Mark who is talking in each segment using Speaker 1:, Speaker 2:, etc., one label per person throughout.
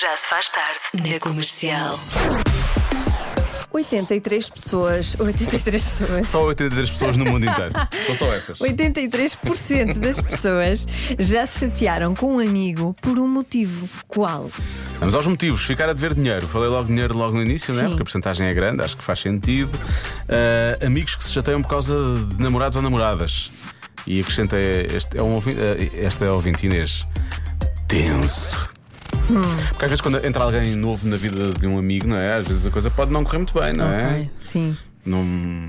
Speaker 1: Já se faz tarde na comercial.
Speaker 2: 83 pessoas, 83 pessoas,
Speaker 3: Só 83 pessoas no mundo inteiro. São só essas.
Speaker 2: 83% das pessoas já se chatearam com um amigo por um motivo. Qual?
Speaker 3: Vamos aos motivos. Ficar a dever dinheiro. Falei logo dinheiro logo no início, não é?
Speaker 2: Sim.
Speaker 3: Porque a porcentagem é grande, acho que faz sentido. Ah, amigos que se chateiam por causa de namorados ou namoradas. E acrescentei, este é um, ouvinte- ah, esta é o ouvinte Inês. Tenso. Porque às vezes, quando entra alguém novo na vida de um amigo, não é? Às vezes a coisa pode não correr muito bem, não é?
Speaker 2: Sim.
Speaker 3: Não.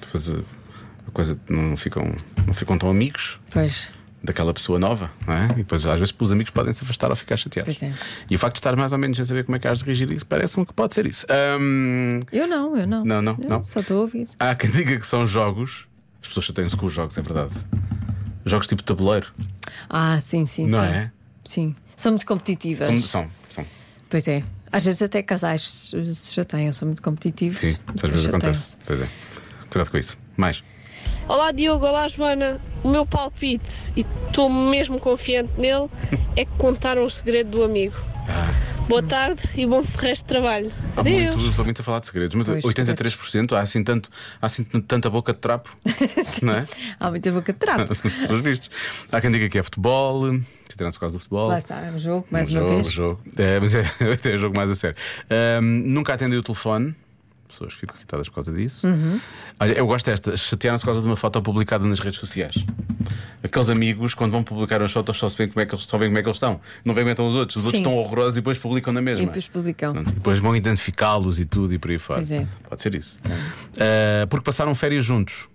Speaker 3: Depois a a coisa não ficam, não ficam tão amigos.
Speaker 2: Pois.
Speaker 3: daquela pessoa nova, não é? E depois às vezes os amigos podem se afastar ou ficar chateados.
Speaker 2: Pois é.
Speaker 3: E o facto de estar mais ou menos sem saber como é que has de reagir a isso, parece-me que pode ser isso. Ahm,
Speaker 2: Eu não, eu não.
Speaker 3: Não, não,
Speaker 2: Eu
Speaker 3: não.
Speaker 2: Só estou a ouvir.
Speaker 3: há quem diga que são jogos, as pessoas chateiam-se com os jogos, é verdade. Jogos tipo tabuleiro,
Speaker 2: Ah, sim, sim,
Speaker 3: não
Speaker 2: sim.
Speaker 3: é?
Speaker 2: Sim. São muito competitivas.
Speaker 3: São, são, são.
Speaker 2: Pois é. Às vezes até casais eh, se chateiam, são muito competitivos.
Speaker 3: Sim, às
Speaker 2: Depois
Speaker 3: vezes
Speaker 2: chateiam-se.
Speaker 3: acontece. Pois é. Cuidado com isso. Mais.
Speaker 4: Olá Diogo, olá Joana. O meu palpite, e estou mesmo confiante nele, é que contaram o segredo do amigo. Boa tarde e bom resto de trabalho.
Speaker 3: Ah. Há
Speaker 4: Adeus.
Speaker 3: muitos, sou muito a falar de segredos, mas
Speaker 2: Pois,
Speaker 3: 83% há assim, tanto, há assim tanta boca de trapo, não é?
Speaker 2: Há muita boca de trapo.
Speaker 3: Pelos vistos. Há quem diga que é futebol, tiraram-se por causa do futebol.
Speaker 2: Lá está, é um jogo, mais
Speaker 3: Um
Speaker 2: uma
Speaker 3: jogo,
Speaker 2: vez.
Speaker 3: jogo. É, mas é, é jogo mais a sério. Ahm, nunca atendi o telefone. Pessoas ficam irritadas por causa disso.
Speaker 2: Uhum.
Speaker 3: Olha, eu gosto desta. Chatearam-se por causa de uma foto publicada nas redes sociais. Aqueles amigos, quando vão publicar as fotos, só se vêem como é que eles, só veem como é que eles estão. Não veem como é que estão os outros. Os outros
Speaker 2: Sim.
Speaker 3: estão horrorosos e depois publicam na mesma.
Speaker 2: E depois publicam.
Speaker 3: Pronto, e depois vão identificá-los e tudo e por aí fora.
Speaker 2: Pois é.
Speaker 3: Pode ser isso. Ah, porque passaram férias juntos.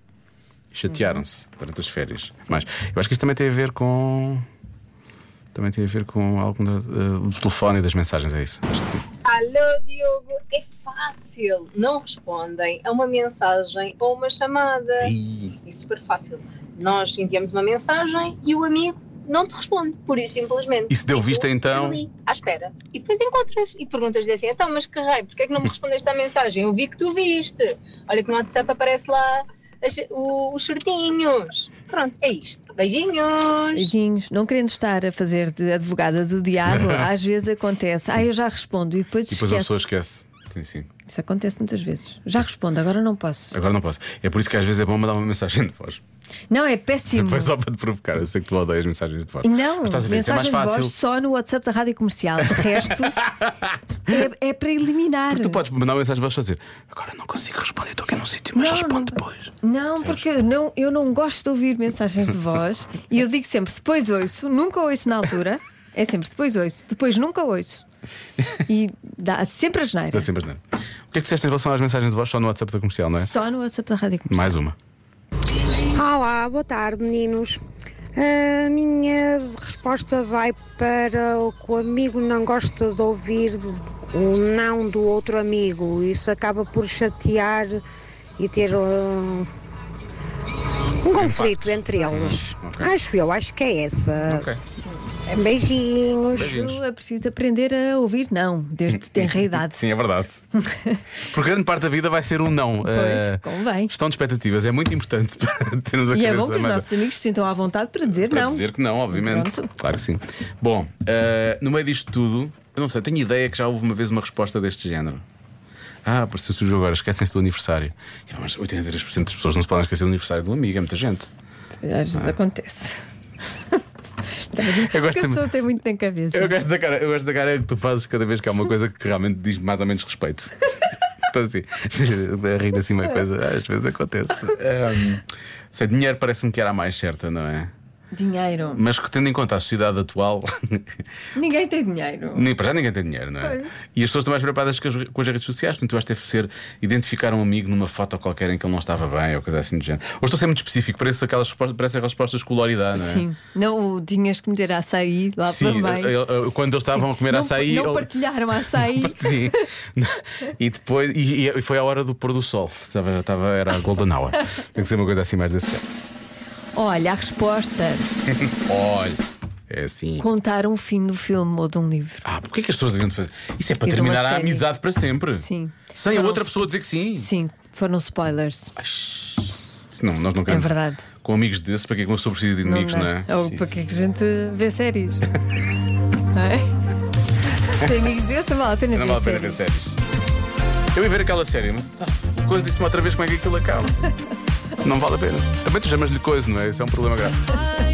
Speaker 3: Chatearam-se durante as férias. Mas eu acho que isso também tem a ver com. Também tem a ver com algum da- ah, do telefone e das mensagens, é isso. Acho que sim.
Speaker 5: Alô, Diogo, é fácil. Não respondem a uma mensagem ou uma chamada.
Speaker 3: Ih,
Speaker 5: É super fácil. Nós enviamos uma mensagem e o amigo não te responde, por isso simplesmente.
Speaker 3: E se deu
Speaker 5: E tu
Speaker 3: vista, então?
Speaker 5: ali, à espera. E depois encontras e perguntas-lhe assim: então, mas que raio, porquê é que não me respondeste à mensagem? Eu vi que tu viste. Olha que no WhatsApp aparece lá as- o- os certinhos. Pronto, é isto. Beijinhos.
Speaker 2: Beijinhos. Não querendo estar a fazer de advogada do diabo, às vezes acontece. Ah, eu já respondo e depois,
Speaker 3: E depois a
Speaker 2: esquece.
Speaker 3: pessoa esquece. Sim, sim.
Speaker 2: Isso acontece muitas vezes. Já respondo, agora não posso.
Speaker 3: Agora não posso. É por isso que às vezes é bom mandar uma mensagem de voz.
Speaker 2: Não, é péssimo.
Speaker 3: Foi só para te provocar. Eu sei que tu odeias mensagens de voz.
Speaker 2: Não,
Speaker 3: Mas estás a ver, isso é mais
Speaker 2: mensagem de
Speaker 3: fácil.
Speaker 2: voz só no WhatsApp da Rádio Comercial. De resto, é, é para eliminar.
Speaker 3: Tu podes mandar uma mensagem de voz só dizer agora não consigo responder, estou aqui num sítio, mas
Speaker 2: Não,
Speaker 3: respondo
Speaker 2: não-
Speaker 3: depois.
Speaker 2: Não, porque não, eu não gosto de ouvir mensagens de voz e eu digo sempre depois ouço, nunca ouço na altura. É sempre depois ouço, depois nunca ouço. E dá sempre a geneira.
Speaker 3: Dá sempre asneira. O que é que disseste em relação às mensagens de voz só no WhatsApp da comercial, não é?
Speaker 2: Só no WhatsApp da Rádio Comercial.
Speaker 3: Mais uma.
Speaker 6: Olá, boa tarde, meninos. A minha resposta vai para o que o amigo não gosta de ouvir de- o não do outro amigo. Isso acaba por chatear e ter uh, um,
Speaker 2: Um
Speaker 6: conflito entre eles.
Speaker 3: ok.
Speaker 2: Ah,
Speaker 6: Acho eu, acho que é essa.
Speaker 3: Ok.
Speaker 6: Beijinhos.
Speaker 2: Eu é preciso aprender a ouvir não, desde que tenra idade.
Speaker 3: Sim, é verdade. Porque grande parte da vida vai ser um não. Eh,
Speaker 2: convém.
Speaker 3: Estão de expectativas, é muito importante para termos a
Speaker 2: E é
Speaker 3: cabeça
Speaker 2: bom que os
Speaker 3: mais-
Speaker 2: nossos amigos se sintam à vontade para dizer
Speaker 3: Para
Speaker 2: não.
Speaker 3: dizer que não, obviamente.
Speaker 2: Pronto.
Speaker 3: Claro que sim. Bom, eh, no meio disto tudo, eu não sei, tenho ideia que já houve uma vez uma resposta deste género. Ah, apareceu-se o jogo agora, esquecem-se do aniversário. Eu, Mas 83% das pessoas não se podem esquecer do aniversário de um amigo, é muita gente.
Speaker 2: Às vezes acontece.
Speaker 3: Ah. Eu
Speaker 2: Porque a
Speaker 3: gosto,
Speaker 2: pessoa tem muito na cabeça.
Speaker 3: Eu gosto da cara, eu gosto da cara é que tu fazes cada vez que há uma coisa que realmente diz mais ou menos respeito. Estou assim, a rir assim uma coisa, às vezes acontece. Ahm, sei, dinheiro parece-me que era a mais certa, não é?
Speaker 2: Dinheiro.
Speaker 3: Mas que tendo em conta a sociedade atual,
Speaker 2: Ninguém tem dinheiro.
Speaker 3: nem para já ninguém tem dinheiro, não é?
Speaker 2: Pois.
Speaker 3: E as pessoas estão mais preocupadas com as, com as redes sociais, portanto eu acho que deve ser identificar um amigo numa foto qualquer em que ele não estava bem ou coisa assim do género. Ou estou a ser muito específico, parece aquelas respostas, parece aquelas respostas que o Lori dá, não é?
Speaker 2: Sim. Não o tinhas que meter açaí lá
Speaker 3: Sim,
Speaker 2: também.
Speaker 3: eu- eu- quando eles estavam a comer
Speaker 2: não,
Speaker 3: açaí.
Speaker 2: Não
Speaker 3: ele-
Speaker 2: partilharam açaí.
Speaker 3: Sim. E depois e, e foi a hora do pôr do sol. Estava, estava, era a Golden Hour. Tem que ser uma coisa assim mais desse género.
Speaker 2: Olha, a resposta:
Speaker 3: Olha, é assim.
Speaker 2: contar um fim do filme ou de um livro.
Speaker 3: Ah, porquê que as pessoas deviam fazer? Isso é para
Speaker 2: E de uma
Speaker 3: terminar a
Speaker 2: série.
Speaker 3: amizade para sempre.
Speaker 2: Sim.
Speaker 3: Sem a
Speaker 2: Foram-
Speaker 3: outra pessoa dizer que sim.
Speaker 2: Sim, foram spoilers.
Speaker 3: Não, nós não queremos.
Speaker 2: É verdade.
Speaker 3: Com amigos desses, para que é que uma pessoa precisa de inimigos, não,
Speaker 2: dá.
Speaker 3: é?
Speaker 2: Ou
Speaker 3: Sim,
Speaker 2: para
Speaker 3: sim.
Speaker 2: que é que a gente vê séries? não é? Tem amigos desses, não vale a pena
Speaker 3: Não
Speaker 2: ver
Speaker 3: vale a pena ver
Speaker 2: séries.
Speaker 3: séries. Eu ia ver aquela série, mas tá, coisa disse-me outra vez como é que aquilo acaba. não vale a pena. Também tu chamas-lhe coisa, não é? Isso é um problema grave.